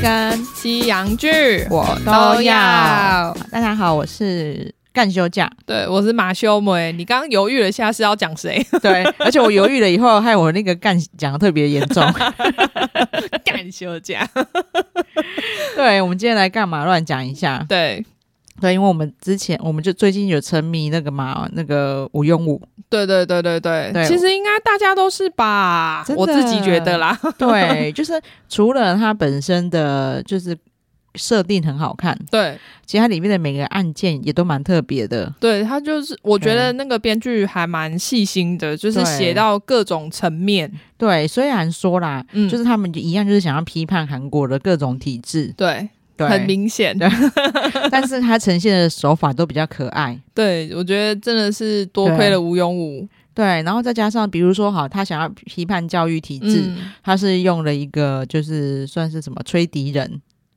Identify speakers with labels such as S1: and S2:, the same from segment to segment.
S1: 跟
S2: 西洋剧
S1: 我
S2: 都
S1: 都要。
S2: 要。
S1: 大家好，我是干休假。
S2: 对，我是马修梅。你刚刚犹豫了一下是要讲谁？
S1: 对， 而且我犹豫了以后，害我那个干讲的特别严 重。
S2: 干休假。
S1: 对，我们今天来干嘛？乱讲一下。
S2: 对
S1: 对，因为我们之前，我们就最近有沉迷那个嘛，那个无用 武。
S2: 对对对对对，
S1: 对
S2: 其实应该大家都是吧，
S1: 真的
S2: 我自己觉得 啦。
S1: 对，就是除了它本身的就是设定很好看，
S2: 对
S1: 其实它里面的每个案件也都蛮特别的。
S2: 对，他就是我觉得那个编剧还蛮细心的，就是
S1: 对
S2: 写到各种层面。
S1: 对，虽然说啦，
S2: 嗯
S1: 就是他们一样就是想要批判韩国的各种体制，
S2: 对，
S1: 对，
S2: 很明显。
S1: 对但是它呈现的手法都比较可爱。
S2: 对，我觉得真的是多亏了吴永武。
S1: 对，然后再加上比如说，好，他想要批判教育体制，
S2: 嗯
S1: 他是用了一个就是算是什么吹笛人，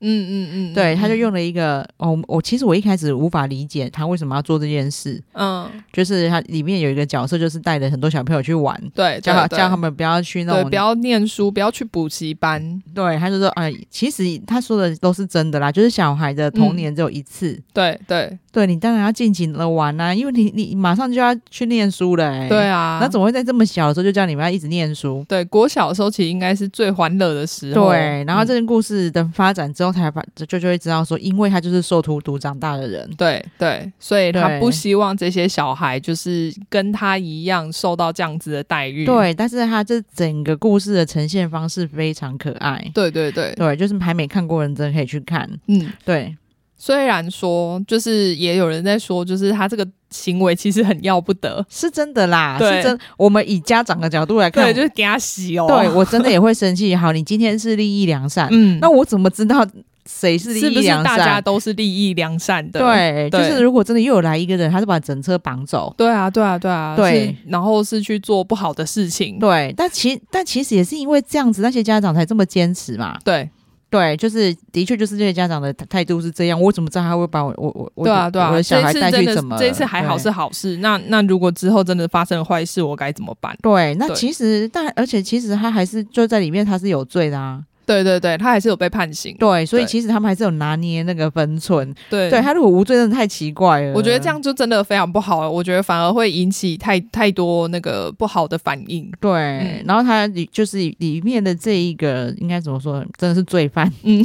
S2: 嗯嗯嗯，
S1: 对，他就
S2: 嗯
S1: 用了一个，哦，我其实我一开始无法理解他为什么要做这件事，
S2: 嗯，
S1: 就是他里面有一个角色就是带着很多小朋友去玩，
S2: 对，
S1: 叫
S2: 对
S1: 他
S2: 对
S1: 叫他们不要去那
S2: 对，
S1: 种
S2: 不要念书，不要去补习班。
S1: 对，他就说，哎、其实他说的都是真的啦，就是小孩的童
S2: 嗯
S1: 年只有一次。
S2: 对对
S1: 对你当然要尽情的玩啦、因为你你马上就要去念书了、欸，
S2: 对啊，
S1: 那怎么会在这么小的时候就叫你们要一直念书？
S2: 对国小的时候其实应该是最欢乐的时候。
S1: 对，然后
S2: 嗯、
S1: 这个故事的发展之后，才发就就会知道说，因为他就是受荼毒长大的人，
S2: 对对，所以他
S1: 对
S2: 不希望这些小孩就是跟他一样受到这样子的待遇。
S1: 对，但是他这整个故事的呈现方式非常可爱，
S2: 对对对，
S1: 对，就是还没看过的人真的可以去看，
S2: 嗯，
S1: 对，
S2: 虽然说就是也有人在说，就是他这个行为其实很要不 得，
S1: 是真的啦，
S2: 对
S1: 是真，我们以家长的角度来看，
S2: 对，就是给他洗哦。
S1: 对我真的也会生气。好，你今天是利益良善，
S2: 嗯，
S1: 那我怎么知道谁是利
S2: 是
S1: 益
S2: 不是
S1: 良
S2: 大家
S1: 善？
S2: 都是利益良善的？
S1: 对，就
S2: 对
S1: 是如果真的又有来一个人，他是把整车绑走。
S2: 对啊，对啊，对啊，
S1: 对
S2: 是，然后是去做不好的事情。
S1: 对，但其但其实也是因为这样子，那些家长才这么坚持嘛。
S2: 对
S1: 对，就是的确就是这些家长的态度是这样，我怎么知道他会把我我我我
S2: 对啊，对
S1: 我
S2: 啊，
S1: 的
S2: 这
S1: 小
S2: 一
S1: 孩
S2: 次
S1: 带
S2: 真
S1: 去
S2: 的
S1: 怎么？
S2: 这一次还好
S1: 对
S2: 是好事。那那如果之后真的发生了坏事，我该怎么办？
S1: 对，那
S2: 对
S1: 其实但而且其实他还是就在里面他是有罪的啊，
S2: 对对对，他还是有被判刑。
S1: 对，所以
S2: 对
S1: 其实他们还是有拿捏那个分寸。
S2: 对
S1: 对他如果无罪，真的太奇怪了。
S2: 我觉得这样就真的非常不好了。我觉得反而会引起太太多那个不好的反应。
S1: 对，
S2: 嗯
S1: 然后他里就是里面的这一个应该怎么说，真的是罪犯，
S2: 嗯，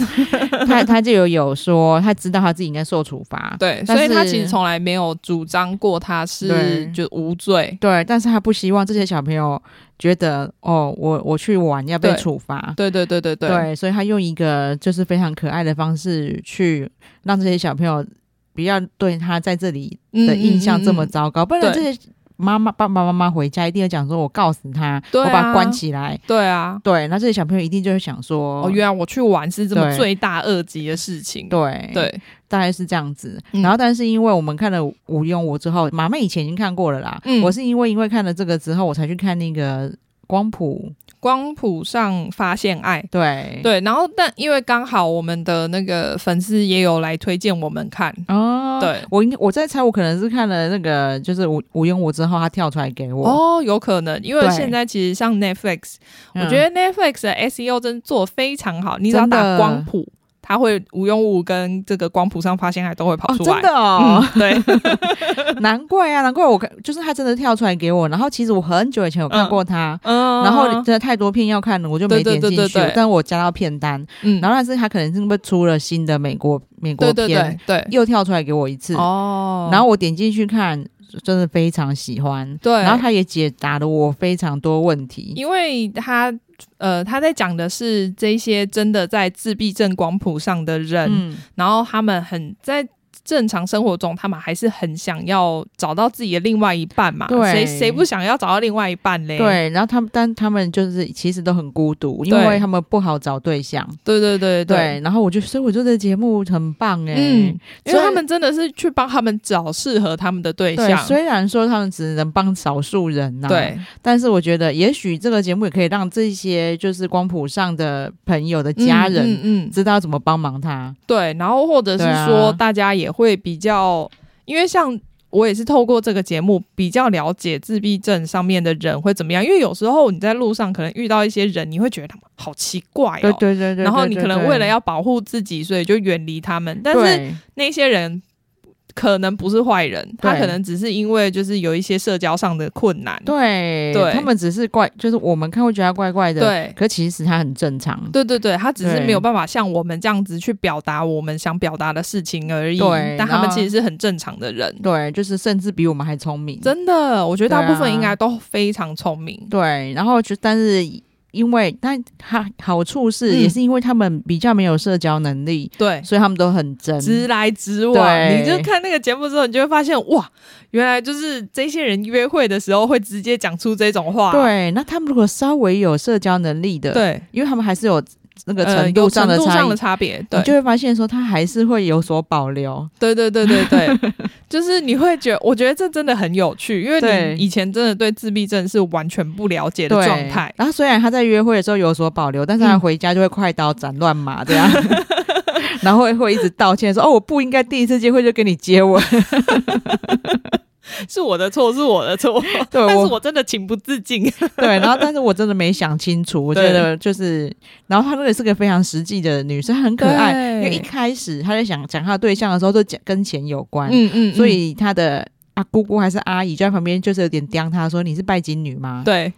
S1: 他他就有有说他知道他自己应该受处罚，
S2: 对，
S1: 但
S2: 所以他
S1: 是
S2: 其实从来没有主张过他是
S1: 对
S2: 就无罪。
S1: 对，但是他不希望这些小朋友觉得哦，我我去玩要被
S2: 对
S1: 处罚。
S2: 对对对对对
S1: 对，所以他用一个就是非常可爱的方式去让这些小朋友不要对他在这里
S2: 嗯
S1: 的印象这么
S2: 嗯嗯
S1: 糟糕，不然
S2: 对
S1: 这些妈妈爸爸妈妈回家一定要讲说，我告诉他，
S2: 对啊
S1: 我把他关起来。
S2: 对啊。
S1: 对，那这些小朋友一定就会想说，
S2: 哦，原来我去玩是这么
S1: 对
S2: 罪大恶极的事情。
S1: 对，
S2: 对
S1: 大概是这样子。
S2: 嗯
S1: 然后，但是因为我们看了《无用我》之后，马妹以前已经看过了啦。
S2: 嗯
S1: 我是因为因为看了这个之后，我才去看那个光谱。
S2: 光谱上发现爱。
S1: 对，
S2: 对，然后但因为刚好我们的那个粉丝也有来推荐我们看，
S1: 哦，
S2: 对
S1: 我应我在猜，我可能是看了那个就是无无用我之后，他跳出来给我。
S2: 哦，有可能，因为
S1: 对
S2: 现在其实像 Netflix，我
S1: 嗯
S2: 觉得 Netflix 的 SEO 真的做得非常好，你只要
S1: 真的
S2: 打光谱，它会无用物跟这个光谱上发现还都会跑
S1: 哦，
S2: 出
S1: 真
S2: 来。
S1: 的哦，
S2: 嗯，对，
S1: 难怪啊，难怪我看，就是他真的跳出来给我。然后其实我很久以前有看过他，
S2: 嗯，
S1: 然后真的太多片要看了，我就没
S2: 对对
S1: 点进去。
S2: 对对对
S1: 但我加到片单，
S2: 嗯，
S1: 然后但是他可能是不是出了新的美国美国
S2: 对
S1: 片，
S2: 对对对，
S1: 又跳出来给我一次。
S2: 哦，
S1: 然后我点进去看，真的非常喜欢。
S2: 对，
S1: 然后他也解答了我非常多问题。
S2: 因为他呃他在讲的是这些真的在自闭症光谱上的人，
S1: 嗯，
S2: 然后他们很在正常生活中，他们还是很想要找到自己的另外一半嘛。
S1: 对
S2: 谁谁不想要找到另外一半嘞？
S1: 对。然后他们，但他们就是其实都很孤独，因为
S2: 对
S1: 他们不好找对象。
S2: 对对对
S1: 对。
S2: 对
S1: 然后我就，所以我觉得这节目很棒哎、
S2: 嗯，因
S1: 所
S2: 为
S1: 以
S2: 他们真的是去帮他们找适合他们的对
S1: 对，
S2: 象。
S1: 虽然说他们只能帮少数人呐、
S2: 对，
S1: 但是我觉得也许这个节目也可以让这些就是光谱上的朋友的家人
S2: 嗯嗯嗯
S1: 知道怎么帮忙他。
S2: 对，然后或者是
S1: 对啊
S2: 说大家也会比较，因为像我也是透过这个节目比较了解自闭症上面的人会怎么样，因为有时候你在路上可能遇到一些人，你会觉得他们好奇怪哦，
S1: 对对对对，
S2: 然后
S1: 对
S2: 你
S1: 对
S2: 可能
S1: 对
S2: 为了要保护自己，所以就远离他们。但是
S1: 对
S2: 那些人可能不是坏人，他
S1: 对
S2: 可能只是因为就是有一些社交上的困难。
S1: 对
S2: 对
S1: 他们只是怪，就是我们看会觉得他怪怪的，，
S2: 对
S1: 可其实他很正常，
S2: 对对对，他只是
S1: 对
S2: 没有办法像我们这样子去表达我们想表达的事情而已
S1: 对。
S2: 但他
S1: 然
S2: 们
S1: 后
S2: 其实是很正常的人，
S1: 对，就是甚至比我们还聪明，
S2: 真的，我觉得
S1: 对啊
S2: 大部分应该都非常聪明。
S1: 对，然后就但是因为但他好处是、
S2: 嗯
S1: 也是因为他们比较没有社交能力，
S2: 对，
S1: 所以他们都很真，
S2: 直来直往，
S1: 嗯对
S2: 你就看那个节目之后，你就会发现，哇，原来就是这些人约会的时候会直接讲出这种话。
S1: 对。那他们如果稍微有社交能力的，，
S2: 对，
S1: 因为他们还是有那个
S2: 呃
S1: 程
S2: 有
S1: 度上的
S2: 程
S1: 差异，
S2: 差别，对
S1: 你，就会发现说他还是会有所保留，
S2: 对对对对 对，就是你会觉得，我觉得这真的很有趣，因为
S1: 对
S2: 你以前真的对自闭症是完全不了解的
S1: 对
S2: 状态。
S1: 然后虽然他在约会的时候有所保留，但是他
S2: 嗯
S1: 回家就会快刀斩乱麻这 样。然后会会一直道歉说：“哦，我不应该第一次接会就跟你接吻。
S2: 是我的错，是我的错，
S1: 对
S2: 但
S1: 我
S2: 是我真的情不自禁。”
S1: 对，然后但是我真的没想清楚，我觉
S2: 对
S1: 得就是，然后她那个是个非常实际的女生，她很可爱。因为一开始她在想讲她的对象的时候，都讲跟钱有关，
S2: 嗯嗯，
S1: 所
S2: 嗯
S1: 以她的啊姑姑还是阿姨就在旁边，就是有点刁她说：“你是拜金女吗？”
S2: 对，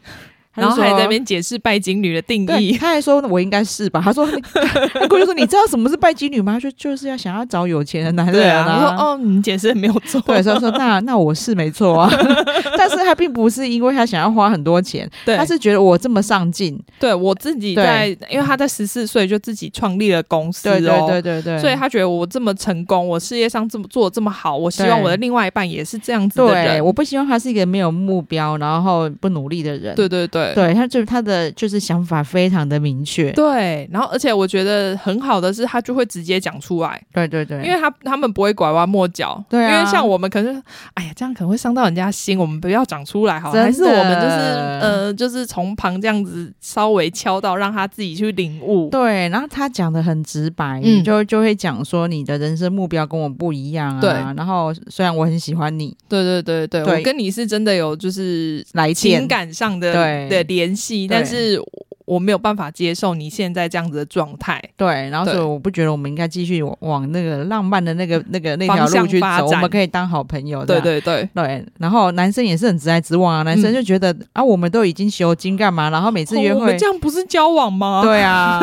S1: 她就
S2: 然后
S1: 说，
S2: 还在那边解释拜金女的定
S1: 对，
S2: 义。
S1: 他还说我应该是吧？他说，他姑就说你知道什么是拜金女吗？就就是要想要找有钱的男
S2: 对
S1: 人
S2: 啊，我说
S1: 哦，
S2: 哦，你解释得没有错。
S1: 对，所以说那那我是没错啊， 但是他并不是因为他想要花很多钱，
S2: 对
S1: 他是觉得我这么上进，
S2: 对我自己
S1: 对
S2: 在，因为他在十四岁就自己创立了公司哦，
S1: 对对对对对，
S2: 所以他觉得我这么成功，我事业上这么做得这么好，我希望
S1: 对
S2: 我的另外一半也是这样子的
S1: 对，
S2: 人。
S1: 我不希望他是一个没有目标然后不努力的人，
S2: 对对对
S1: 对，他就他的就是想法非常的明确，
S2: 对然后而且我觉得很好的是，他就会直接讲出来，
S1: 对对对，
S2: 因为他他们不会拐弯抹角。
S1: 对啊
S2: 因为像我们可能，哎呀，这样可能会伤到人家心，我们不要讲出来好了，
S1: 真的
S2: 还是我们就是呃，就是从旁这样子稍微敲到，让他自己去领悟。
S1: 对，然后他讲的很直白，
S2: 嗯
S1: 就就会讲说你的人生目标跟我不一样啊。
S2: 对
S1: 然后虽然我很喜欢你，
S2: 对对对对，
S1: 对
S2: 我跟你是真的有就是
S1: 来电
S2: 情感上的
S1: 对
S2: 的联
S1: 对
S2: 系，但是我我没有办法接受你现在这样子的状态。
S1: 对，然后所以
S2: 对
S1: 我不觉得我们应该继续往往那个浪漫的那个那个那条
S2: 方向
S1: 路去
S2: 发
S1: 走，我
S2: 展
S1: 们可以当好朋友。
S2: 对嗯
S1: 这样
S2: 对对，
S1: 对，然后男生也是很直来直往啊，男生就觉得、啊，我们都已经修经干嘛？然后每次约
S2: 哦我
S1: 会
S2: 们这。样不是交往吗？
S1: 对 啊，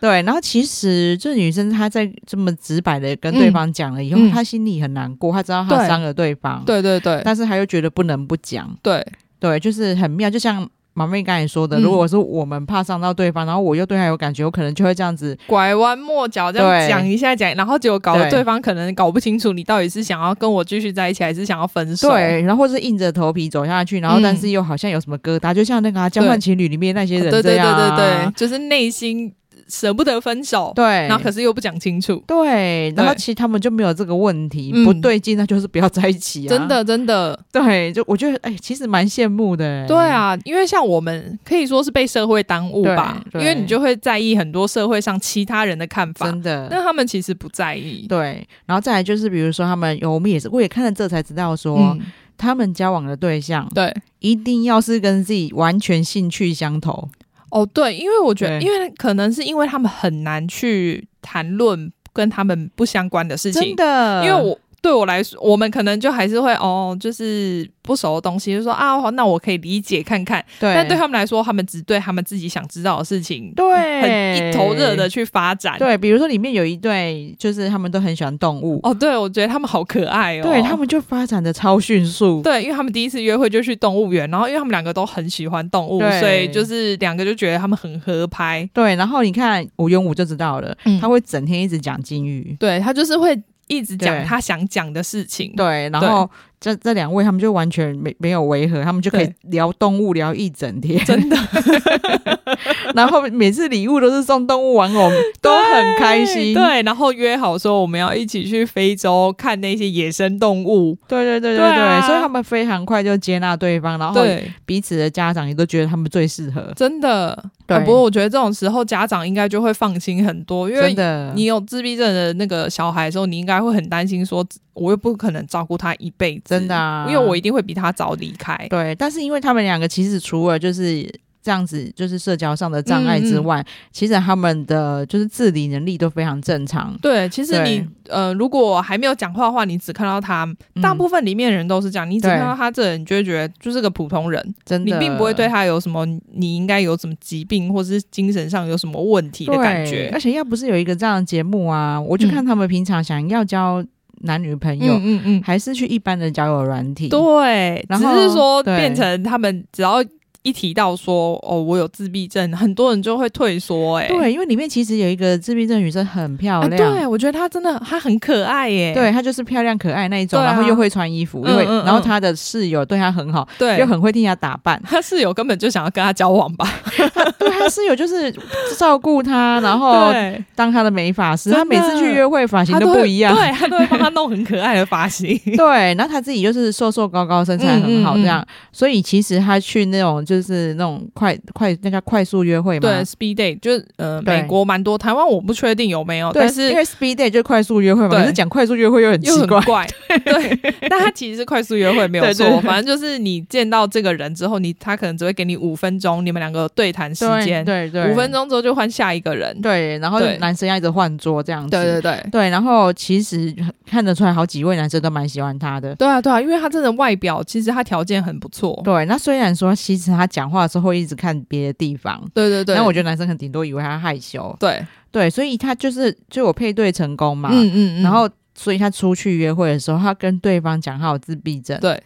S1: 对，然后其实这女生她在这么直白的跟对
S2: 嗯
S1: 方讲了以后，
S2: 嗯
S1: 她心里很难过，她知道她
S2: 对
S1: 伤了对方，
S2: 对对对
S1: 但是她又觉得不能不讲，
S2: 对
S1: 对，就是很妙，就像马妹刚才说的，
S2: 嗯
S1: 如果是我们怕伤到对方，然后我又对他有感觉，我可能就会这样子。
S2: 拐弯抹角这
S1: 对
S2: 样讲一下讲，然后结果搞得
S1: 对
S2: 对方可能搞不清楚你到底是想要跟我继续在一起，还是想要分手。
S1: 对，然后或是硬着头皮走下去，然后
S2: 嗯
S1: 但是又好像有什么疙瘩，就像那个、啊《交换情侣》里面那些
S2: 对
S1: 人
S2: 对
S1: 这
S2: 对
S1: 样、
S2: 哦对对
S1: 啊，，
S2: 就是内心舍不得分手，
S1: 对，
S2: 然后可是又不讲清楚。
S1: 对，然后
S2: 对
S1: 其实他们就没有这个问题，
S2: 嗯
S1: 不对劲，那就是不要在一起啊。
S2: 真，的，真的，
S1: 对，就我觉得哎、其实蛮羡慕的、欸
S2: 对，啊，因为像我们可以说是被社会耽误吧，
S1: 对
S2: 因
S1: 对
S2: 为你就会在意很多社会上其他人的看法，
S1: 真的。
S2: 但他们其实不在意。
S1: 对，然后再来就是，比如说他们有，我们也是，我也看了这才知道说，
S2: 嗯，
S1: 他们交往的对象
S2: 对，
S1: 一定要是跟自己完全兴趣相投。
S2: 哦，对，因为我觉得，
S1: 对
S2: 因为可能是因为他们很难去谈论跟他们不相关的事情，
S1: 真的，
S2: 因为我。对我来说，我们可能就还是会哦，就是不熟的东西，就说啊，好那我可以理解看看。
S1: 对，
S2: 但对他们来说，他们只对他们自己想知道的事情，
S1: 对
S2: 很一头热的。去发展。，
S1: 对，比如说里面有一对，就是他们都很喜欢动物，
S2: 哦，对，我觉得他们好可爱哦。
S1: 对他们就发展的超迅速。
S2: 对，因为他们第一次约会就去动物园，然后因为他们两个都很喜欢动物，
S1: 对
S2: 所以就是两个就觉得他们很合拍。
S1: 对，然后你看吴元武就知道了，
S2: 嗯
S1: 他会整天一直讲金鱼，
S2: 对他就是会一直讲
S1: 对
S2: 他想讲的事情。
S1: 对，然后这这两位他们就完全没没有违和，他们就可以
S2: 对
S1: 聊动物聊一整天，
S2: 真的
S1: 然后每次礼物都是送动物玩 偶，都很开心。
S2: 对，然后约好说我们要一起去非洲看那些野生动物，
S1: 对对对对
S2: 对啊
S1: 所以他们非常快就接纳对方，然后
S2: 对，
S1: 彼此的家长也都觉得他们最适合。
S2: 真的。
S1: 对
S2: 啊不过我觉得这种时候家长应该就会放心很多，因为
S1: 真的，
S2: 你有自闭症的那个小孩的时候，你应该会很担心说，我又不可能照顾他一辈子，
S1: 真的、啊，
S2: 因为我一定会比他早离开。
S1: 对，但是因为他们两个其实除了就是这样子，就是社交上的障碍
S2: 嗯
S1: 之外，其实他们的就是自理能力都非常正常。
S2: 对，其实你呃，如果还没有讲话的话，你只看到他，
S1: 嗯
S2: 大部分里面人都是这样，你只
S1: 对
S2: 看到他这人，你就会觉得就是个普通人，
S1: 真
S2: 你
S1: 的，
S2: 并不会对他有什么，你应该有什么疾病或是精神上有什么问题的感
S1: 对
S2: 觉。
S1: 而且要不是有一个这样的节目啊，我就看他们平常想要交男女朋友，
S2: 嗯嗯嗯，
S1: 还是去一般的交友软体。
S2: 对，
S1: 然
S2: 只
S1: 后
S2: 是说
S1: 对
S2: 变成他们只要一提到说哦，我有自闭症，很多人就会退缩、欸，哎，
S1: 对，因为里面其实有一个自闭症女生很漂亮。
S2: 啊、对，我觉得她真的她很可爱欸耶。
S1: 对她就是漂亮可爱那一种，
S2: 对啊
S1: 然后又会穿衣服，
S2: 嗯
S1: 因为、
S2: 嗯嗯
S1: 然后她的室友对她很好，
S2: 对，
S1: 又很会替她打扮，
S2: 她室友根本就想要跟她交往吧？
S1: 对她室友就是照顾她，然后
S2: 对，
S1: 当她的美发师，
S2: 真的
S1: 她每次去约会发型
S2: 她
S1: 都
S2: 会
S1: 不一样，
S2: 对她都会帮她弄很可爱的发型。
S1: 对，然后她自己就是瘦瘦高高，身材很好
S2: 嗯嗯嗯
S1: 这样，所以其实她去那种就是那种快快那叫快速约会嘛，
S2: 对，speed date 就是呃，
S1: 对
S2: 美国蛮多，台湾我不确定有没有，
S1: 对，
S2: 但
S1: 因
S2: 是
S1: 为 speed date 就是快速约会嘛，
S2: 对
S1: 可是讲快速约会又很
S2: 又
S1: 奇
S2: 很
S1: 怪，
S2: 怪。对，但他其实是快速约会没有
S1: 对对对
S2: 错，反正就是你见到这个人之后，你他可能只会给你五分钟，你们两个对谈时
S1: 对
S2: 间，
S1: 对对，
S2: 五分，钟之后就换下一个人。
S1: 对，然后
S2: 对
S1: 男生要一直换桌这样子，
S2: 对对对。
S1: 对，然后其实看得出来，好几位男生都蛮喜欢他的。
S2: 对啊，对啊，因为他真的外表，其实他条件很不错。
S1: 对，那虽然说，其实他讲话的时候会一直看别的地方，
S2: 对对对，
S1: 但我
S2: 觉
S1: 觉得男生很顶多以为他害羞。
S2: 对，
S1: 对，所以他就是就我配对成功嘛，
S2: 嗯
S1: 然后所以他出去约会的时候，他跟对方讲他有自闭症，
S2: 对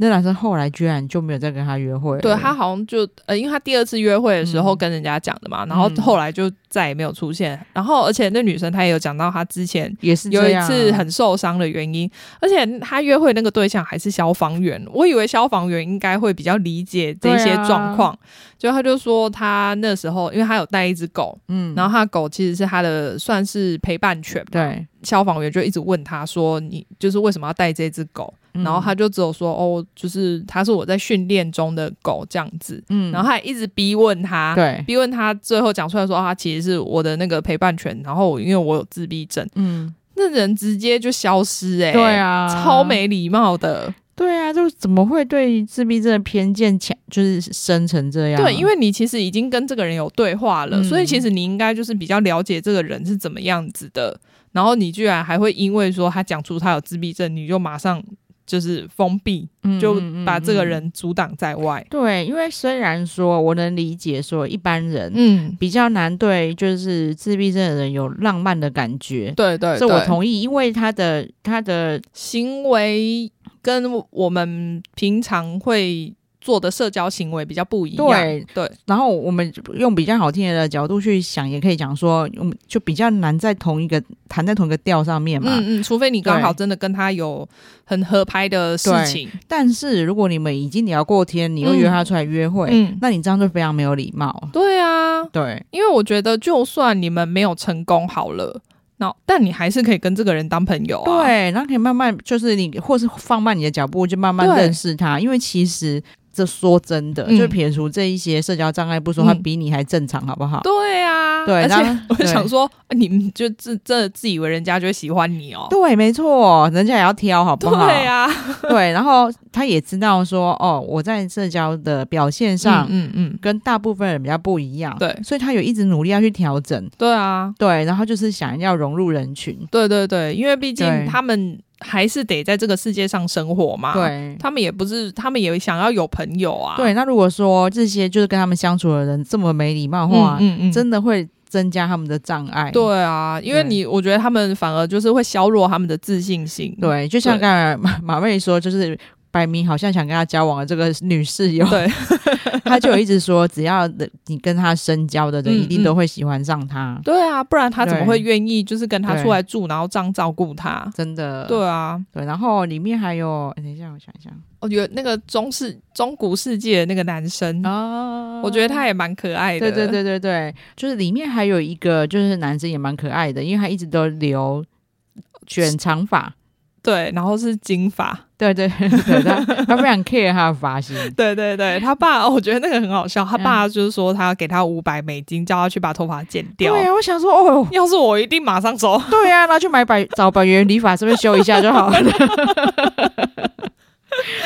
S1: 那男生后来居然就没有再跟他约会了。
S2: 对他好像就呃，因为他第二次约会的时候
S1: 嗯
S2: 跟人家讲的嘛，然后后来就再也没有出现。然后而且那女生她也有讲到她之前
S1: 也是
S2: 有
S1: 这
S2: 一
S1: 样啊
S2: 次很受伤的原因，而且她约会那个对象还是消防员。我以为消防员应该会比较理解这些
S1: 对啊
S2: 状况，就他就说他那时候因为他有带一只狗，
S1: 嗯，
S2: 然
S1: 后
S2: 后他的狗其实是他的算是陪伴犬。
S1: 对，
S2: 消防员就一直问他说：“你就是为什么要带这只狗？”
S1: 嗯
S2: 然后他就只有说：“哦，就是它是我在训练中的狗这样子。”
S1: 嗯
S2: 然后他也一直逼问他，
S1: 对
S2: 逼问他，最后讲出来说：“啊，其实是我的那个陪伴犬，然后我因为我有自闭症。
S1: 嗯，”
S2: 那人直接就消失、欸，
S1: 对，啊，
S2: 超没礼貌的。
S1: 对啊，就怎么会对自闭症的偏见强，就是深成这样？
S2: 对，因为你其实已经跟这个人有对话了，
S1: 啊嗯
S2: 所以其实你应该就是比较了解这个人是怎么样子的。然后你居然还会因为说他讲出他有自闭症，你就马上就是封闭，
S1: 嗯
S2: 就
S1: 嗯嗯
S2: 把这个
S1: 嗯
S2: 人阻挡在外。
S1: 对，因为虽然说我能理解说一般人
S2: 嗯，
S1: 比较难对就是自闭症的人有浪漫的感觉，
S2: 对对
S1: 这
S2: 对，
S1: 我同意，因为他的他的
S2: 行为跟我们平常会做的社交行为比较不一样。
S1: 对
S2: 对
S1: 然后我们用比较好听的角度去想，也可以讲说，我们就比较难在同一个谈在同一个调上面嘛。
S2: 嗯嗯，除非你刚
S1: 对
S2: 好真的跟他有很合拍的事
S1: 对
S2: 情。
S1: 但是如果你们已经聊过天，你又约他出来约会，
S2: 嗯，
S1: 那你这样就非常没有礼貌。
S2: 对啊，
S1: 对，
S2: 因为我觉得，就算你们没有成功好了，那但你还是可以跟这个人当朋友啊。
S1: 对，然后可以慢慢就是你，或是放慢你的脚步，就慢慢
S2: 对
S1: 认识他。因为其实这说真的，
S2: 嗯
S1: 就撇除这一些社交障碍不说，他
S2: 嗯
S1: 比你还正常，好不好？
S2: 对啊，
S1: 对
S2: 而
S1: 然
S2: 且
S1: 后
S2: 我
S1: 对
S2: 想说，啊你们就自这自以为人家就会喜欢你哦。
S1: 对，没错，人家也要挑，好不好？
S2: 对啊，
S1: 对然后他也知道说，哦，我在社交的表现上、
S2: 嗯嗯嗯，
S1: 跟大部分人比较不一样，
S2: 对
S1: 所以他有一直努力要去调整，
S2: 对啊，
S1: 对，然后就是想要融入人群，
S2: 对对对，因为毕
S1: 对
S2: 竟他们还是得在这个世界上生活嘛。，
S1: 对。
S2: 他们也不是，他们也想要有朋友啊。
S1: 对，那如果说这些就是跟他们相处的人这么没礼貌的
S2: 嗯，
S1: 话，
S2: 嗯嗯，
S1: 真的会增加他们的障碍。
S2: 对啊，因为
S1: 对
S2: 你，我觉得他们反而就是会削弱他们的自信心。
S1: 对，就像刚才马马妹说，就是摆明好像想跟他交往的这个女室友，
S2: 对，
S1: 他就一直说，只要你跟他深交的人，
S2: 嗯
S1: 一定都会喜欢上他。
S2: 对啊，不然他怎么
S1: 对
S2: 会愿意就是跟他
S1: 对
S2: 出来住，然后这样照顾他？
S1: 真的，
S2: 对啊，
S1: 对然后里面还有，诶等一下我想一想
S2: 我觉得那个中世中古世界的那个男生，
S1: 啊
S2: 我觉得他也蛮可爱的。
S1: 对对对对对，就是里面还有一个就是男生也蛮可爱的，因为他一直都留卷长发，
S2: 对，然后是金发，
S1: 对对对，他他非常 care 他的发型，
S2: 对对对，他爸，哦我觉得那个很好笑，他爸就是说他要给他五百美金，叫他去把头发剪掉。
S1: 对啊，我想说哦，
S2: 要是我一定马上 走。
S1: 对啊，那去买百找百元理发师傅修一下就 好了。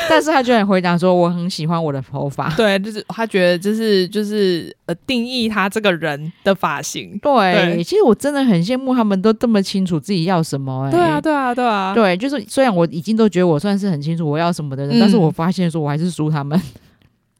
S1: 但是他居然回答说：“我很喜欢我的头发。
S2: 对，就是他觉得就是就是呃，定义他这个人的发型”。
S1: 对，
S2: 对
S1: 其实我真的很羡慕他们都这么清楚自己要什么、欸。
S2: 对啊，，对啊，对啊，
S1: 对，就是虽然我已经都觉得我算是很清楚我要什么的人，
S2: 嗯
S1: 但是我发现说我还是输他们。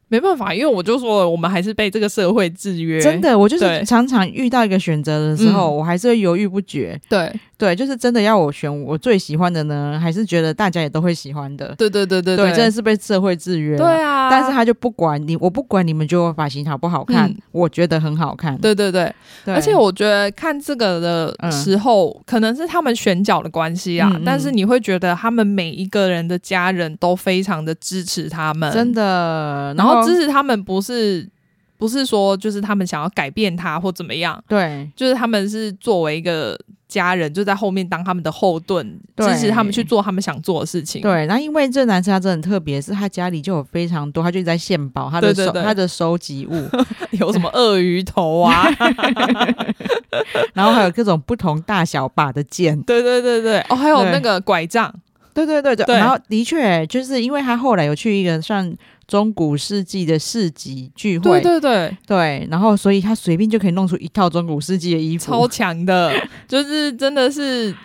S2: 没办法，因为我就说了我们还是被这个社会制约。
S1: 真的，我就是
S2: 对嗯
S1: 常常遇到一个选择的时候，我还是会犹豫不决。
S2: 对，
S1: 对，就是真的要我选我最喜欢的呢，还是觉得大家也都会喜欢的？
S2: 对对对对对，
S1: 真的是被社会制约。
S2: 对。啊。
S1: 但是他就不管你，我不管你们觉得我发型好不好看，
S2: 嗯
S1: 我觉得很好看。
S2: 对对对，嗯
S1: 对
S2: 而且我觉得看这个的时候，可能是他们选角的关系啊，
S1: 嗯嗯
S2: 但是你会觉得他们每一个人的家人都非常的支持他们，
S1: 真的，
S2: 然
S1: 然
S2: 后支持他们不是不是说就是他们想要改变他或怎么样，
S1: 对
S2: 就是他们是作为一个家人，就在后面当他们的后盾，
S1: 对
S2: 支持他们去做他们想做的事情。
S1: 对，然后因为这男生他真的很特别，是他家里就有非常多，他就一直在献宝，他的
S2: 对对
S1: 收
S2: 对
S1: 他的收集物，
S2: 有什么鳄鱼头 啊？
S1: 然后还有各种不同大小把的剑，
S2: 对对对对，哦，还有
S1: 对
S2: 那个拐杖，
S1: 对对对对，
S2: 对
S1: 然后的确就是因为他后来有去一个像中古世纪的市集聚会，
S2: 对对对，
S1: 对然后所以他随便就可以弄出一套中古世纪的衣
S2: 超
S1: 服，
S2: 强的，就是真的是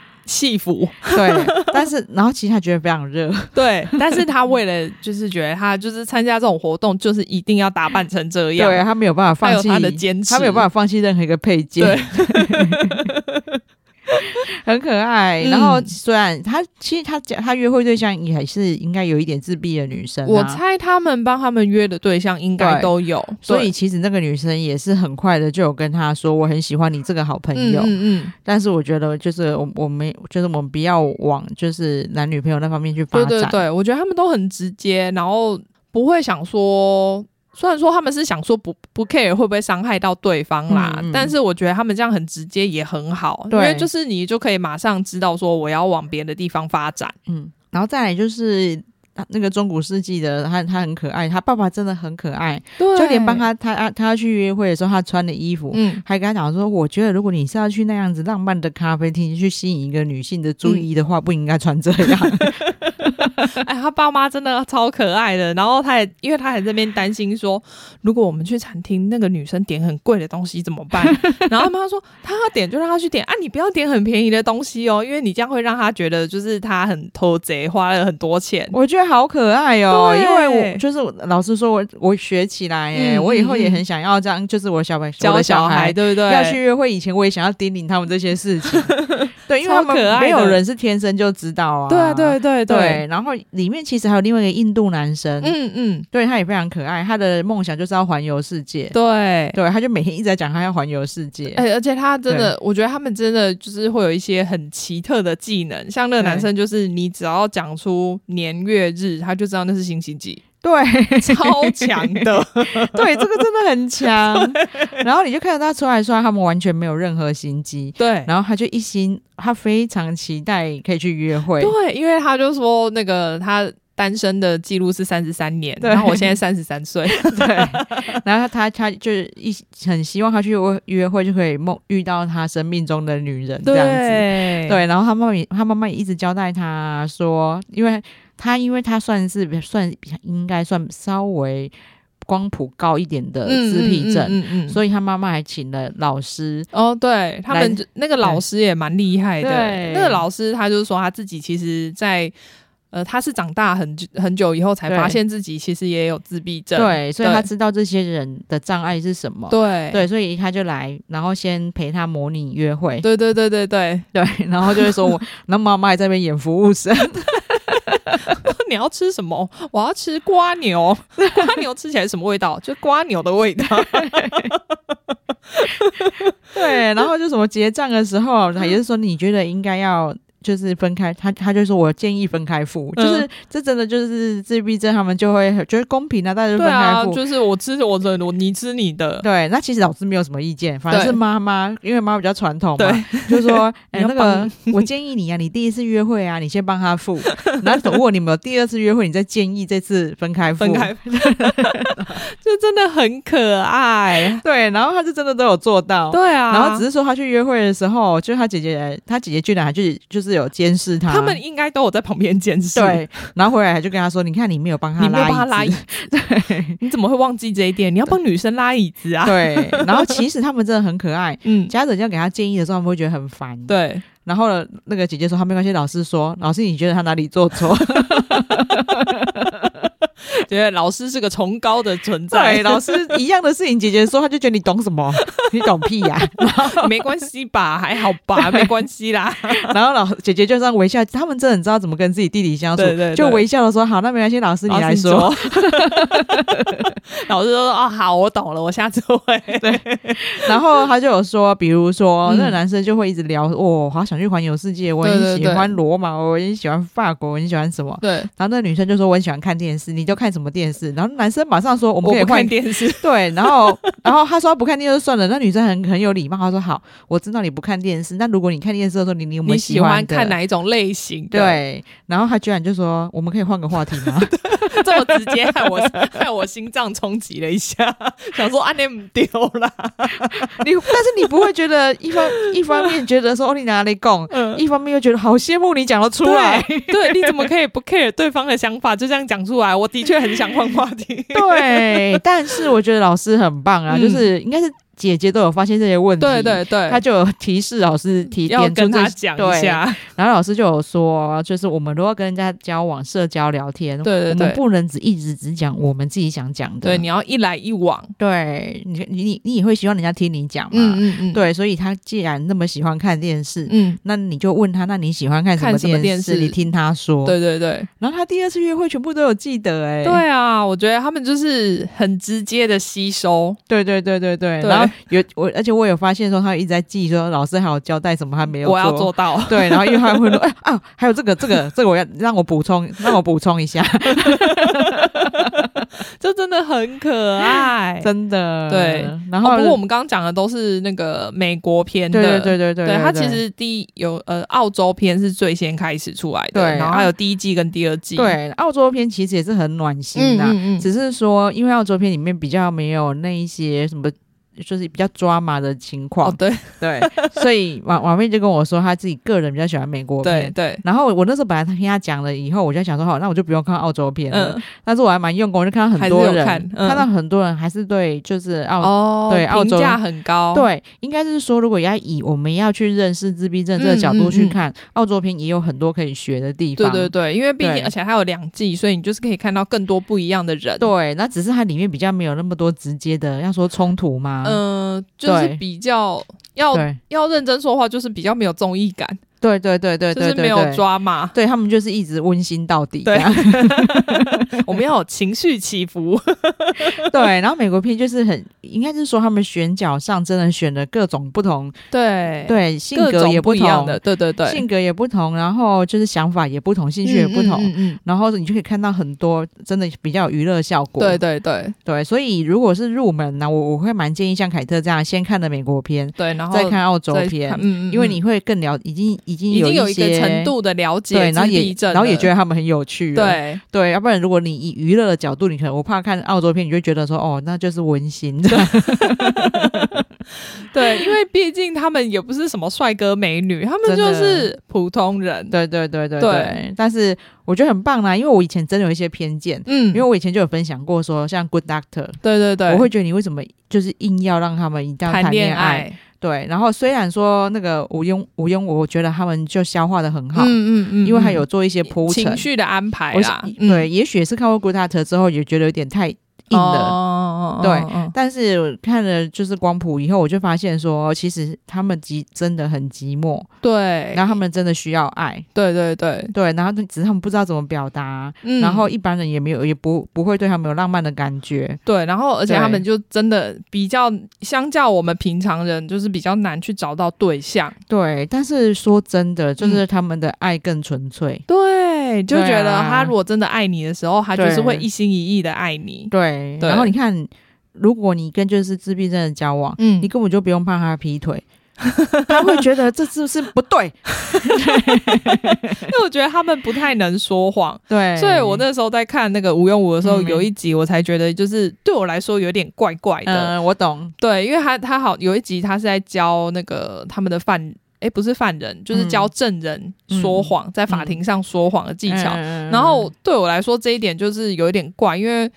S2: 戏服。
S1: 对，但是然后其实他觉得非常 热，
S2: 对，但是他为了就是觉得他就是参加这种活动，就是一定要打扮成这样。
S1: 对他啊没有办法放
S2: 啊还有
S1: 弃
S2: 他的坚持，
S1: 他没有办法
S2: 法。
S1: 放弃任何一个配件，
S2: 对
S1: 很可爱。
S2: 嗯
S1: 然后虽然他其实他讲他约会对象也还是应该有一点自闭的女生、啊，
S2: 我猜他们帮他们约的对象应该
S1: 对
S2: 都有，
S1: 所
S2: 对
S1: 以其实那个女生也是很快的就有跟他说，我很喜欢你这个好朋
S2: 嗯
S1: 友。
S2: 嗯嗯，
S1: 但是我觉得就是我我们就是我们不要往就是男女朋友那方面去发
S2: 对
S1: 展。
S2: 对对，我觉得他们都很直接，然后不会想说，虽然说他们是想说不不 care 会不会伤害到对方啦，
S1: 嗯嗯
S2: 但是我觉得他们这样很直接也很好，因
S1: 对
S2: 为就是你就可以马上知道说我要往别的地方发展。
S1: 嗯，然后再来就是。啊那个中古世纪的他，他很可爱，他爸爸真的很可爱，
S2: 对
S1: 就连帮，他他他他去约会的时候，他穿的衣服，
S2: 嗯，
S1: 还跟他讲说，我觉得如果你是要去那样子浪漫的咖啡厅去吸引一个女性的注意的话，不应该穿这 样。
S2: 哎，他爸妈真的超可爱的，然后他也因为他还在那边担心说，如果我们去餐厅，那个女生点很贵的东西怎么办？ 然后他妈说，他要点就让他去点啊，你不要点很便宜的东西哦，因为你这样会让他觉得就是他很偷贼，花了很多钱。
S1: 我觉得好可爱哦，
S2: 对
S1: 因为我就是我老实说我，我学起来耶、
S2: 嗯
S1: 我以后也
S2: 嗯嗯
S1: 很想要这样，就是我小孩我
S2: 教
S1: 的小
S2: 孩，对不对？
S1: 要去约会以前，我也想要叮咛他们这些事 情。对，因为他
S2: 超可
S1: 们
S2: 爱的
S1: 没有人是天生就知道啊。
S2: 对啊，对对
S1: 对，然后里面其实还有另外一个印度男生，
S2: 嗯嗯，
S1: 对他也非常可爱，他的梦想就是要环游世界。
S2: 对。
S1: 对，他就每天一直在讲他要环游世界。
S2: 哎、而且他真的，我觉得他们真的就是会有一些很奇特的技能，像那个男生，就是你只要讲出年月日，他就知道那是星期几，
S1: 对，
S2: 超强啊的。
S1: 对，这个真的很强。然后你就看到他出来说，他们完全没有任何心机，
S2: 对，
S1: 然后他就一心，他非常期待可以去约会。
S2: 对，因为他就说那个他单身的记录是三十三年，
S1: 对
S2: 然后我现在三十三岁，
S1: 对，然后他他就是一很希望他去约约会就可以梦遇到他生命中的女人 这样子。
S2: 对
S1: 对，然后他妈妈也他妈妈也一直交代他说，因为他因为他算是算应该算稍微光谱高一点的呃自闭症，
S2: 嗯嗯嗯嗯
S1: 所以他妈妈还请了老师
S2: 哦，对他
S1: 来
S2: 们就那个老师也蛮厉害的。
S1: 对
S2: 那个老师他就是说他自己其实在，呃，他是长大很久很久以后才发
S1: 对
S2: 现自己其实也有自闭症。
S1: 对，所以
S2: 对
S1: 他知道这些人的障碍是什么。
S2: 对
S1: 对，所以他就来，然后先陪他模拟约会，
S2: 对对对对对
S1: 对，然后就会说我，然后妈妈还在那边演服务生，
S2: 你要吃什么？我要吃瓜 牛，瓜牛吃起来什么味道？就瓜牛的味道。
S1: 对，然后就什么结账的时
S2: 嗯
S1: 候，也是说你觉得应该要。就是分开，他他就说我建议分开付，
S2: 嗯
S1: 就是这真的就是自闭症，他们就会觉得公平啊，大家就
S2: 对
S1: 分开
S2: 啊，
S1: 付。
S2: 就是我吃我的，我你吃你的。
S1: 对，那其实老师没有什么意见，反而
S2: 对
S1: 是妈妈，因为妈妈比较传统嘛，
S2: 对，
S1: 就说：“哎、
S2: 你要
S1: 那个， 我建议你啊，你第一次约会啊，你先帮他付，然后如果你们有第二次约会，啊你再建议这次分开付。”
S2: 分开， 就真的很可 爱。
S1: 对，然后他是真的都有做到。
S2: 对啊，
S1: 然后只是说他去约会的时候，就是他姐姐，他姐姐居然还去就是有监视他，
S2: 他们应该都有在旁边监视。
S1: 啊对，然后回来还就跟他说：“你看你没有帮他
S2: 你没有帮他
S1: 拉
S2: 拉
S1: 椅
S2: 椅
S1: 子。
S2: 子，你怎么会忘记这一点？你要帮女生拉椅子 啊。
S1: 对，然后其实他们真的很可爱。
S2: 嗯，
S1: 家长要给他建议的时候，他们会觉得很烦。，
S2: 对，
S1: 然后呢，那个姐姐说他没关系，老师说，老师你觉得他哪里做 错？
S2: 觉得老师是个崇高的存
S1: 对，
S2: 在，
S1: 老师一样的事情，姐姐说，他就觉得你懂什么？你懂屁呀、
S2: 没关系吧，还好吧，没关系啦。
S1: 然后老姐姐就这样微笑，他们真的很知道怎么跟自己弟弟相处，
S2: 对对对
S1: 就微笑的说好，那没关系，老师你
S2: 老师
S1: 来
S2: 你
S1: 说。
S2: 说， 老师就说啊，好，我懂了，我下次会。
S1: 然后他就有说，比如说、
S2: 嗯
S1: 那个男生就会一直聊，哦，好想去环游世界，我
S2: 对
S1: 很
S2: 对
S1: 喜
S2: 对
S1: 欢罗马，我很喜欢法国，我很喜欢什么。
S2: 对，
S1: 然后那个女生就说我很喜欢看电视，你都看什么电视？然后男生马上说我
S2: 我
S1: 们可以
S2: 不
S1: 换
S2: 看电视。
S1: 对，然后 然后他说他不看电视就算了，那女生很很有礼貌，她说好，我知道你不看电视，那如果你看电视的时候，你你有没有
S2: 你喜欢
S1: 的
S2: 看？哪一种类型的？
S1: 对，然后他居然就说我们可以换个话题吗？
S2: 这么直接，害我 害我心脏冲击了一下， 想说啊，你唔丢啦。
S1: 你但是你不会觉得一方一方面觉得说哦你哪里拱，
S2: 嗯，
S1: 一方面又觉得好羡慕你讲得出来。
S2: 对，你怎么可以不 care 对方的想法，就这样讲出来？我的确很想换话 题。
S1: 对，但是我觉得老师很棒啊，
S2: 嗯
S1: 就是应该是姐姐都有发现这些问题，
S2: 对对对，
S1: 他就有提示老师提
S2: 要
S1: 点出
S2: 跟
S1: 这
S2: 他
S1: 些
S2: 讲一
S1: 对
S2: 下，
S1: 然后老师就有说，就是我们如果跟人家交往、社交、聊天，
S2: 对对
S1: 我
S2: 对
S1: 们不能只一直只讲我们自己想讲的。
S2: 对，你要一来一往。
S1: 对你你你你也会希望人家听你讲嘛？
S2: 嗯嗯，
S1: 对，所以他既然那么喜欢看电视。
S2: 嗯，
S1: 那你就问他，那你喜欢看什
S2: 看
S1: 么
S2: 什么电视
S1: 你听他说。，
S2: 对对对
S1: 然后他第二次约会全部都有记得、欸，哎，
S2: 对啊！我觉得他们就是很直接的吸收，
S1: 对对对对对
S2: 对
S1: 然后有我，而且我有发现说，他一直在记说老师还有交代什么他没有，
S2: 我要做。到。
S1: 对，然后因为他会说，哎啊，还有这个这个这个，我要让我补充，让我补充一下。
S2: 这真的很可 爱。
S1: 真的
S2: 哎对。
S1: 然后、
S2: 哦，不过我们刚刚讲的都是那个美国片的，
S1: 对对对对对
S2: 对它其实第一有呃澳洲片是最先开始出来的，
S1: 对
S2: 然后还有第一季跟第二季，，
S1: 对澳洲片其实也是很暖心
S2: 嗯
S1: 的、啊
S2: 嗯嗯，
S1: 只是说因为澳洲片里面比较没有那一些什么。就是比较抓马的情况，
S2: 哦对
S1: 对， 所以婉婉妹就跟我说，她自己个人比较喜欢美国
S2: 对
S1: 片。
S2: 对，
S1: 然后我那时候本来听她讲了以后，我就想说，好，那我就不用看澳洲片了。
S2: 嗯
S1: 但是我还蛮用功，我就看到很多
S2: 还是有
S1: 人，
S2: 看嗯
S1: 到很多人还是对，就是澳
S2: 哦，
S1: 对澳
S2: 评
S1: 洲
S2: 价很高，，
S1: 对，应该是说，如果要以我们要去认识自闭症这个角度
S2: 嗯嗯
S1: 去
S2: 嗯
S1: 看，澳洲片也有很多可以学的地
S2: 对
S1: 方。
S2: 对对，因为毕竟
S1: 对
S2: 而且它有两季，所以你就是可以看到更多不一样的人，
S1: 对啊那只是它里面比较没有那么多直接的，要说冲突吗？
S2: 嗯，就是
S1: 对
S2: 比较要
S1: 对
S2: 要认真说话，就是比较没有综艺感，
S1: 对对对对对，
S2: 就是
S1: 对
S2: 没有
S1: 对
S2: 抓马，
S1: 对他们就是一直温馨到底这
S2: 对
S1: 样，
S2: 我们要有情绪起伏，
S1: 对。然后美国片就是很，应该是说他们选角上真的选了各种不同，
S2: 对。
S1: 对性
S2: 各
S1: 格
S2: 种
S1: 也
S2: 不一
S1: 同，
S2: 样的，对对对，
S1: 性格也不同，然后就是想法也不同，兴趣也不
S2: 嗯嗯
S1: 同，
S2: 嗯嗯
S1: 然后你就可以看到很多真的比较有娱乐效果。
S2: 对对对
S1: 对，所以如果是入门呢，我我会蛮建议像凯特这样，先看的美国片，
S2: 对，然后
S1: 再看澳洲
S2: 再
S1: 片
S2: 看，嗯嗯，
S1: 因为
S2: 嗯
S1: 你会更了，已经已经
S2: 已经有
S1: 一
S2: 一个
S1: 些
S2: 程度的了解
S1: 对，然后
S2: 自
S1: 也
S2: 闭症了，
S1: 然后也觉得他们很有趣了，
S2: 对
S1: 对，要不然如果你以娱乐的角度，你可能我怕看澳洲片，你就会觉得说哦，那就是温 馨的，
S2: 对，因为毕竟他们也不是什么帅哥美女，他们
S1: 真
S2: 就
S1: 的
S2: 是普通人，
S1: 对对对对
S2: 对
S1: 对，但是我觉得很棒啦，因为我以前真的有一些偏见，
S2: 嗯，
S1: 因为我以前就有分享过说，像 Good Doctor。
S2: 对对对，
S1: 我会觉得你为什么就是硬要让他们一定要
S2: 谈
S1: 恋
S2: 爱，
S1: 对，然后虽然说那个吴庸吴庸，我觉得他们就消化的很好，
S2: 嗯嗯嗯，
S1: 因为他
S2: 嗯
S1: 有做一些铺
S2: 情
S1: 陈。
S2: 绪的安排
S1: 我
S2: 啦
S1: 想，
S2: 嗯
S1: 对，也许也是看过《Good Doctor》之后，也觉得有点太硬了。
S2: 哦哦，
S1: 对
S2: 哦，哦
S1: 但是我看了就是光谱以后，我就发现说，哦其实他们极真的很寂寞，
S2: 对，
S1: 然后他们真的需要爱，
S2: 对对对，
S1: 对，然后只是他们不知道怎么表达，
S2: 嗯
S1: 然后一般人也没有，也不不会对他们有浪漫的感觉，
S2: 对，然后而且
S1: 对
S2: 他们就真的比较，相较我们平常人，就是比较难去找到对象，
S1: 对。但是说真的，就是
S2: 嗯
S1: 他们的爱更纯粹，
S2: 对，就觉
S1: 对
S2: 得
S1: 啊
S2: 他如果真的爱你的时候，他就是
S1: 对
S2: 会一心一意的爱 你，
S1: 对。
S2: 对
S1: 然后你看，如果你跟就是自闭症的交往，
S2: 嗯
S1: 你根本就不用怕他劈 腿。他会觉得这是不是不对？
S2: 因为我觉得他们不太能说谎，
S1: 对，
S2: 所以我那时候在看那个无用武的时候，
S1: 嗯
S2: 有一集我才觉得就是对我来说有点怪怪的，
S1: 嗯，我懂，
S2: 对，因为他他好有一集他是在教那个他们的犯。哎，不是犯人，就是
S1: 嗯
S2: 教证人说谎，在法庭上说谎的技巧。
S1: 嗯
S2: 然后对我来说这一点就是有一点怪，因为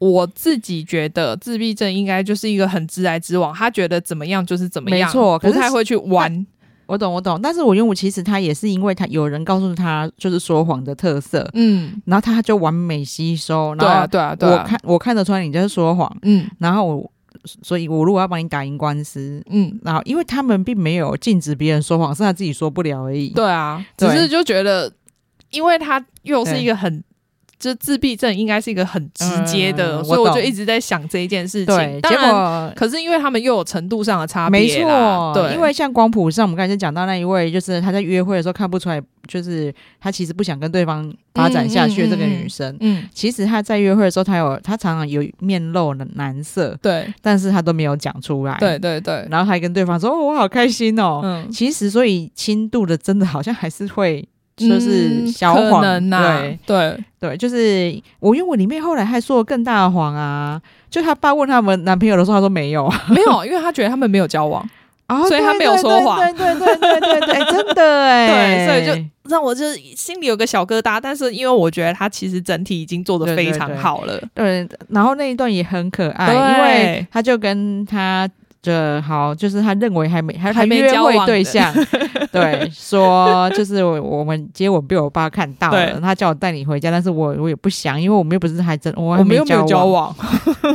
S2: 我自己觉得自闭症应该就是一个很直来直往，他觉得怎么样就是怎么样，
S1: 没错可
S2: 不
S1: 是
S2: 太会去玩。
S1: 我懂，我懂。但是我用武其实他也是因为他有人告诉他就是说谎的特色，
S2: 嗯，
S1: 然后他就完美吸收。
S2: 对啊，
S1: 然后
S2: 对啊，对
S1: 我
S2: 啊，
S1: 看我看得出来你在说谎，
S2: 嗯
S1: 然后我所以，我如果要帮你打赢官司，
S2: 嗯，
S1: 然后因为他们并没有禁止别人说谎，是他自己说不了而已。
S2: 对啊，只
S1: 对
S2: 是就觉得，因为他又是
S1: 对
S2: 一个很。就自闭症应该是一个很直接的，
S1: 嗯
S2: 所以我
S1: 我
S2: 就
S1: 懂
S2: 一直在想这一件事情。
S1: 对，
S2: 当
S1: 结
S2: 然，
S1: 果。
S2: 可是因为他们又有程度上的差别
S1: 没错
S2: 啦，对，
S1: 因为像光谱上，我们刚才就讲到那一位，就是他在约会的时候看不出来，就是他其实不想跟对方发展下去。
S2: 嗯嗯嗯
S1: 这个
S2: 嗯
S1: 女生，
S2: 嗯，
S1: 其实他在约会的时候，他有他常常有面露的难色，
S2: 对
S1: 但是他都没有讲出来。
S2: 对，对对，
S1: 然后还跟对方说：“哦，我好开心哦。
S2: 嗯，
S1: 其实，所以轻度的真的好像还是会。就是小
S2: 嗯可
S1: 谎，
S2: 能啊呐、
S1: 对
S2: 对
S1: 对，就是我因为我里面后来还说了更大的谎啊，就她爸问他们男朋友的时候，她说没有，
S2: 没有，因为他觉得他们没有交往，
S1: 哦
S2: 所以她
S1: 对
S2: 没有
S1: 对
S2: 说
S1: 对
S2: 谎
S1: 对对对对对对，真的哎，
S2: 对所以让我就是心里有个小疙瘩。但是因为我觉得他其实整体已经做得非常好了，
S1: 对，然后那一段也很可爱，
S2: 对
S1: 因为他就跟他的好，就是他认为还没还
S2: 还没
S1: 约
S2: 交
S1: 会
S2: 往
S1: 对
S2: 的
S1: 象，对，说就是我我们接吻被我爸看到
S2: 对
S1: 了，他叫我带你回家，但是我我也不想，因为我们又不是还真我
S2: 我
S1: 还
S2: 们又没
S1: 交
S2: 有
S1: 往，
S2: 交往，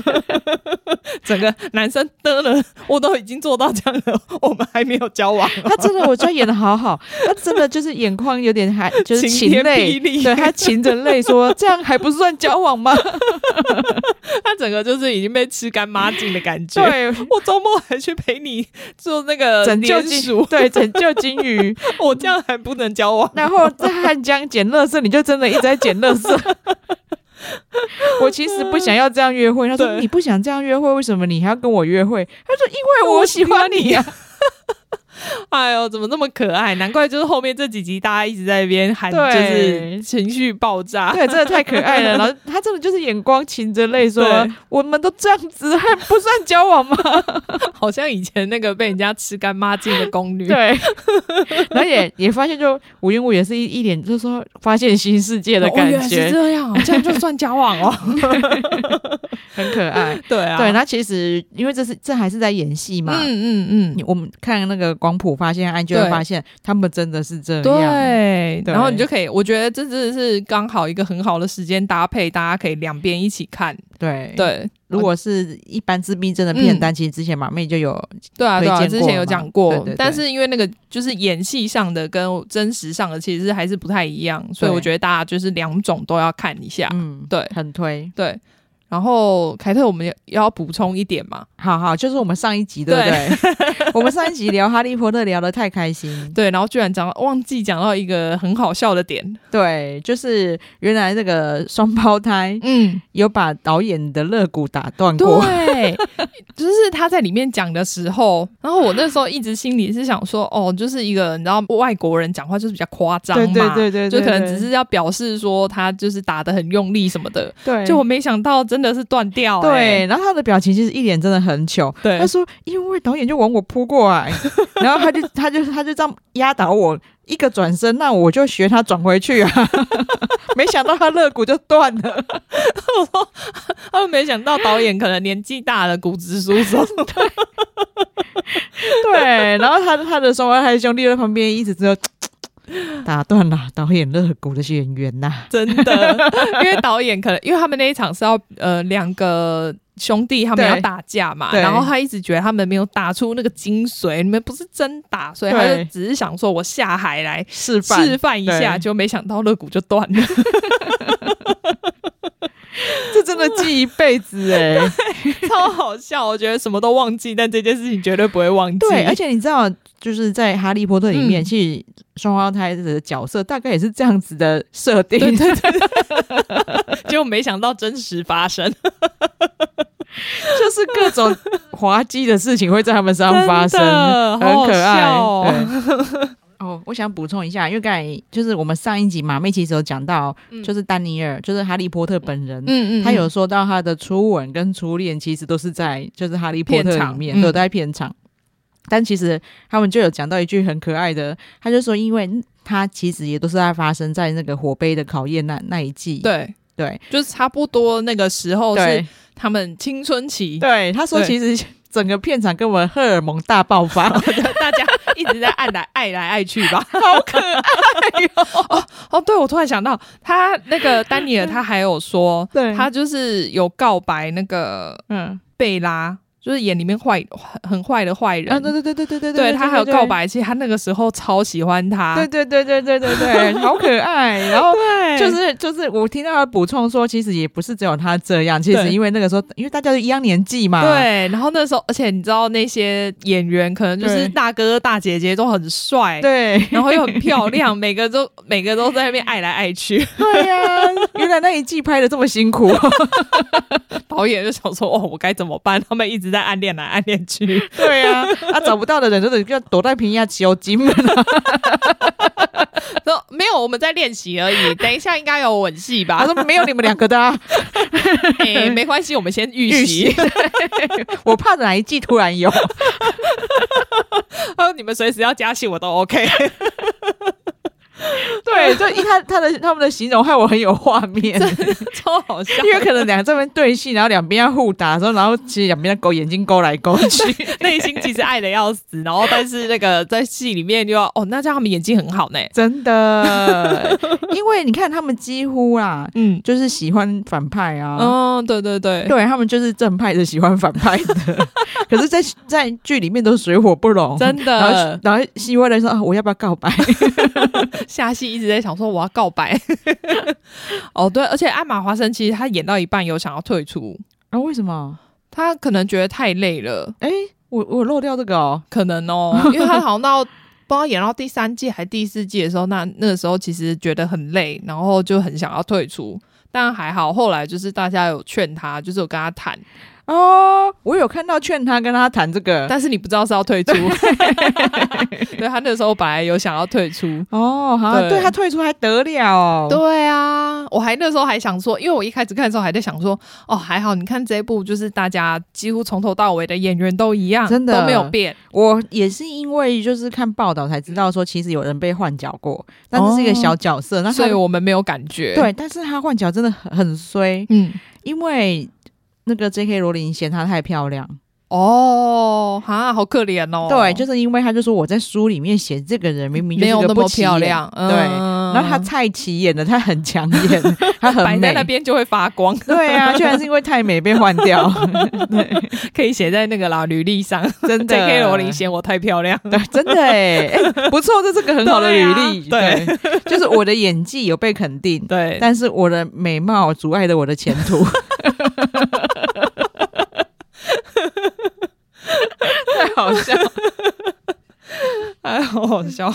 S2: 整个男生的了，我都已经做到这样了，我们还没有交往，
S1: 他真的我觉得演的好好，他真的就是眼眶有点还就是
S2: 晴
S1: 噙
S2: 天
S1: 泪
S2: 霹。雳，
S1: 对他噙着泪说：“这样还不算交往吗
S2: 他整个就是已经被吃干抹净的感？”觉。
S1: 对，
S2: 我周末还去陪你做那个
S1: 拯救
S2: 联
S1: 金
S2: 署，
S1: 对拯救金鱼，
S2: 我这样还不能交往。
S1: 然后在汉江捡垃圾，你就真的一直在捡垃圾。我其实不想要这样约会。他说
S2: 对
S1: 你不想这样约会，为什么你还要跟我约会？他说因为我喜欢你啊呀、
S2: 哎呦，怎么那么可爱？难怪就是后面这几集大家一直在那边喊，就
S1: 对
S2: 是情绪爆炸。
S1: 啊 对，真的太可爱了。然后他真的就是眼光噙着泪说
S2: 对：“
S1: 我们都这样子，还不算交往吗
S2: 好像以前那个被人家吃干抹净的宫？” 女。
S1: 对，然后也也发现就吴云武也是一一脸就是说发现新世界的
S2: 哦
S1: 感
S2: 原来是
S1: 觉，
S2: 这样哦，这样就算交往 哦。
S1: 很可爱。
S2: 对 啊，
S1: 对，，那其实因为这是这还是在演戏嘛，
S2: 嗯嗯
S1: 你我们看那个光谱发现，按就会
S2: 对
S1: 发现他们真的是这
S2: 嗯，
S1: 样。
S2: 对。
S1: 对
S2: 然后你就可以，我觉得这真的是刚好一个很好的时间搭配，大家可以两边一起看。
S1: 对，嗯
S2: 对，
S1: 如果是一般自闭症的片单，其实之前马妹就有
S2: 对啊，对啊，
S1: 推荐
S2: 之
S1: 过
S2: 前有
S1: 嘛
S2: 讲过，
S1: 对对对
S2: 但是因为那个就是演戏上的跟真实上的其实还是不太一样，所以
S1: 对
S2: 我觉得大家就是两种都要看一下。
S1: 嗯，
S2: 对
S1: 很推。
S2: 对，然后凯特，我们也要补充一点嘛？
S1: 好好，就是我们上一集对不对？ 我们上一集聊《哈利波特》聊得太开心，
S2: 对，然后居然讲到忘记讲到一个很好笑的点，
S1: 对，就是原来这个双胞胎
S2: 嗯，
S1: 有把导演的肋骨打断过，
S2: 对，就是他在里面讲的时候，然后我那时候一直心里是想说，哦，就是一个你知道外国人讲话就是比较夸张嘛，
S1: 对对对对，
S2: 就可能
S1: 对
S2: 只是要表示说他就是打的很用力什么的，
S1: 对，
S2: 就我没想到真的是断掉、
S1: 对，
S2: 欸，
S1: 然后他的表情其实一脸真的很糗，
S2: 对
S1: 他说：“因为导演就往我扑过来， 然后他就他就他就这样压倒我，一个转身，那我就学他转回去啊。 没想到他肋骨就断了，
S2: 他们没想到导演可能年纪大了，骨质疏松，
S1: 对。然后他他的双胞胎兄弟在旁边一直只有打断了导演肋骨的演员呐、
S2: 真的， 因为导演可能，因为他们那一场是要呃两个兄弟他们
S1: 对
S2: 要打架嘛，
S1: 对
S2: 然后他一直觉得他们没有打出那个精髓，你们不是真打，所以他
S1: 对
S2: 就只是想说我下海来
S1: 示范
S2: 示范一下，
S1: 对
S2: 就没想到肋骨就断了。
S1: 这真的记一辈子哎、
S2: 超好笑，我觉得什么都忘记，但这件事情绝对不会忘 记。
S1: 对，而且你知道，就是在《哈利波特》里面，
S2: 嗯
S1: 其实双胞胎的角色大概也是这样子的设定。
S2: 对对对，结果没想到真实发生，
S1: 就是各种滑稽的事情会在他们身上发生
S2: 真，的
S1: 很可爱。
S2: 好好笑
S1: 对哦，我想补充一下，因为刚才就是我们上一集马妹其实有讲到，
S2: 嗯
S1: 就是丹尼尔，就是哈利波特本人。
S2: 嗯
S1: 他有说到他的初吻跟初恋其实都是在就是《哈利波特
S2: 片》
S1: 里
S2: 场
S1: 面，对，
S2: 嗯
S1: 都在片场。但其实他们就有讲到一句很可爱的，他就说，因为他其实也都是在发生在那个火杯的考验那那一季，
S2: 对，
S1: 对
S2: 就是差不多那个时候
S1: 对
S2: 是他们青春期，
S1: 对，他说
S2: 对
S1: 其实整个片场跟我们荷尔蒙大爆发，
S2: 大家一直在爱来爱来爱去 吧，好可爱哦！ 哦对，我突然想到，他那个丹尼尔，他还有说，
S1: 对
S2: 他就是有告白那个
S1: 嗯，
S2: 贝拉，就是演里面坏很坏的坏人，
S1: 啊，对对对对对对
S2: 对他还有告，白，其实他那个时候超喜欢他，
S1: 对对对对对对对，好可爱。然后
S2: 对
S1: 就
S2: 就是
S1: 是就是，我听到他补充说，其实也不是只有他这样，其实
S2: 对
S1: 因为那个时候，因为大家都一样年纪嘛，，
S2: 对。然后那时候，而且你知道那些演员可能就是
S1: 对
S2: 大哥大姐姐都很帅，，
S1: 对
S2: 然后又很漂亮，每个都每个都在那边爱来爱去。
S1: 对呀、原来那一季拍的这么辛苦，
S2: 导演就想说：“哦，我该怎么办？” 他们一直在暗恋来暗恋去，
S1: 对呀、他、找不到的人就得要躲在平亚求金门，
S2: 说没有，我们在练习而 已。等一下应该有吻戏
S1: 他
S2: 吧？
S1: 说没有你们两个的、啊，
S2: 哎、没关系，我们先预习。
S1: 我怕哪一季突然有，
S2: 他说你们随时要加戏，我都 OK。
S1: 对，就一他他的他们的形容害我很有画面。
S2: 超好笑。
S1: 因为可能两这边对戏，然后两边要互打的时候，然后其实两边的狗眼睛勾来勾 去，
S2: 内心其实爱的要死，然后但是那个在戏里面就要哦，那这样他们演技很好呢。
S1: 真的，因为你看他们几乎啦，
S2: 嗯，
S1: 就是喜欢反派啊，
S2: 哦，对对对，
S1: 对他们就是正派的喜欢反派的，可是在，在剧里面都水火不容，
S2: 真
S1: 然后
S2: 的，
S1: 然后西威人说、啊：“我要不要告白
S2: 下戏一直在想说我要告白。 哦，对，而且艾玛华生其实她演到一半有想要退出，？”
S1: 啊，为什么？
S2: 她可能觉得太累了，
S1: 哎，我我漏掉这个哦。
S2: 可能 哦，因为她好像到。不知道演到第三季还第四季的时候，那那个时候其实觉得很累，然后就很想要退出，但还好后来就是大家有劝她，就是有跟她谈，
S1: 嗯哦，我有看到劝他跟他谈这个。
S2: 但是你不知道是 要退出，对他那时候本来有想要 退出。
S1: 哦，好，
S2: 对
S1: 对他退出还得了哦？
S2: 对啊，我还那时候还想说，因为我一开始看的时候还在想说，哦，还好，你看这一部就是大家几乎从头到尾的演员都一样，
S1: 真的
S2: 都没有变，
S1: 我也是因为就是看报道才知道说，其实有人被换角过，但是是一个小角色。那
S2: 哦所
S1: 他
S2: 以我们没有感觉。，
S1: 对，但是他换角真的很很衰，
S2: 嗯，
S1: 因为那个 J.K. 罗琳嫌她太漂亮。
S2: 哦，哈，好可怜哦。
S1: 对，就是因为他就说我在书里面写这个人明明就
S2: 没
S1: 是
S2: 有
S1: 个
S2: 那
S1: 不
S2: 么
S1: 起
S2: 漂
S1: 眼。
S2: 亮，嗯、
S1: 对然后他蔡奇演的，他很抢眼，他
S2: 摆
S1: 很
S2: 在
S1: 美
S2: 那。边就会发 光，
S1: 对啊，居然是因为太美被换掉，
S2: 可以写在那个啦履历上。
S1: 真的。
S2: J.K. 罗琳嫌我太漂亮，
S1: 对，真的哎、哎不错，这是个很好的履历。
S2: 对啊
S1: 对，就是我的演技有被肯定，
S2: 对，
S1: 但是我的美貌阻碍了我的前途。太好笑！
S2: 哎，好好笑。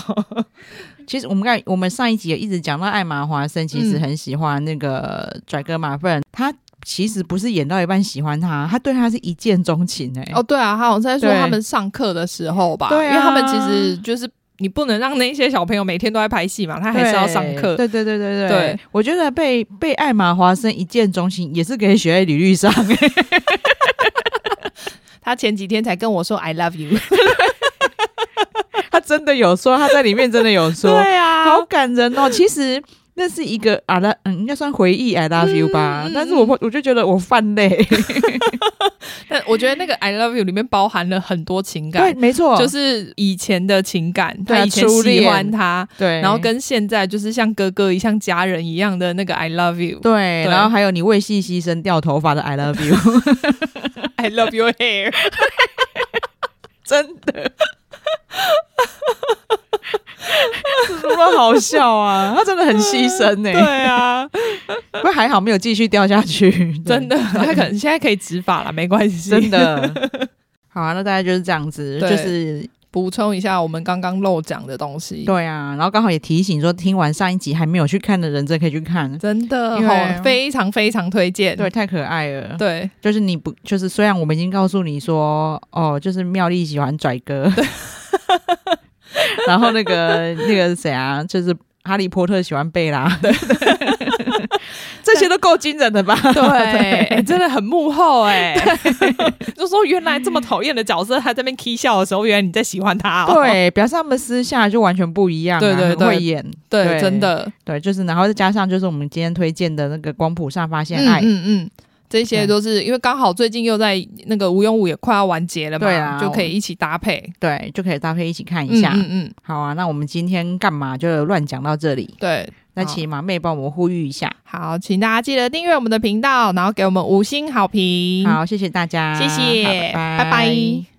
S1: 其实我们刚才我们上一集也一直讲到艾玛华生，其实很喜欢那个拽哥马粪，他其实不是演到一半喜欢他，他对他是一见钟情哎、
S2: 哦，对啊，他好像在说
S1: 对
S2: 他们上课的时候吧，
S1: 对啊
S2: 因为他们其实就是你不能让那些小朋友每天都在拍戏嘛，他还是要上课。
S1: 对对对对对
S2: 对
S1: 我觉得被被艾玛华生一见钟情也是可以学在履历上。欸
S2: 他前几天才跟我说 “I love you”，
S1: 他真的有说，他在里面真的有说，
S2: 啊
S1: 好感人哦。其实那是一个啊拉，嗯，应该算回忆 I love you 吧。
S2: 嗯嗯嗯
S1: 但是我会我就觉得我犯累，
S2: 但我觉得那个 I love you 里面包含了很多情
S1: 对，
S2: 感，
S1: 没错，
S2: 就是以前的情感，
S1: 对啊
S2: 他以前
S1: 初恋
S2: 喜欢他，
S1: 对，
S2: 然后跟现在就是像哥哥一像家人一样的那个 I love you，
S1: 对，
S2: 对
S1: 然后还有你为戏牺牲掉头发的 I love you，
S2: I love your hair，
S1: 真的。多么好笑啊！他真的很牺牲呢、
S2: 对啊，
S1: 不过还好没有继续掉下 去，
S2: 真的，他可能现在可以执法了，没关系。
S1: 对真的。好啊，那大概就是这样子，
S2: 对
S1: 就是
S2: 补充一下我们刚刚漏讲的东西，
S1: 对啊。然后刚好也提醒说，听完上一集还没有去看的人，真的可以去看，
S2: 真的
S1: 因为
S2: 好，非常非常推荐。
S1: 对，太可爱了。
S2: 对，
S1: 就是你不，就是虽然我们已经告诉你说，哦，就是妙丽喜欢拽 哥，然后那个那个谁啊，就是哈利波特喜欢贝拉，这些都够惊人的吧？
S2: 对，哎 真的很幕后哎、 就说原来这么讨厌的角色，他在那边 k 笑的时候，原来你在喜欢他、哦。
S1: 对，表示他们私下就完全不一样、啊，
S2: 对对
S1: 很
S2: 对
S1: 会演，
S2: 对
S1: 对
S2: 真的，
S1: 对，就是然后再加上就是我们今天推荐的那个光谱上发现爱，
S2: 嗯嗯。这些都是因为刚好最近又在那个《无用武》也快要完结了嘛，
S1: 对啊
S2: 就可以一起搭配
S1: 对，就可以搭配一起看一下。
S2: 嗯嗯嗯，
S1: 好啊，那我们今天干嘛就乱讲到这里？
S2: 对。
S1: 那
S2: 好
S1: 请马妹帮我们呼吁一下，
S2: 好，请大家记得订阅我们的频道，然后给我们五星好评。
S1: 好，谢谢大家，
S2: 谢谢
S1: 好拜
S2: 拜拜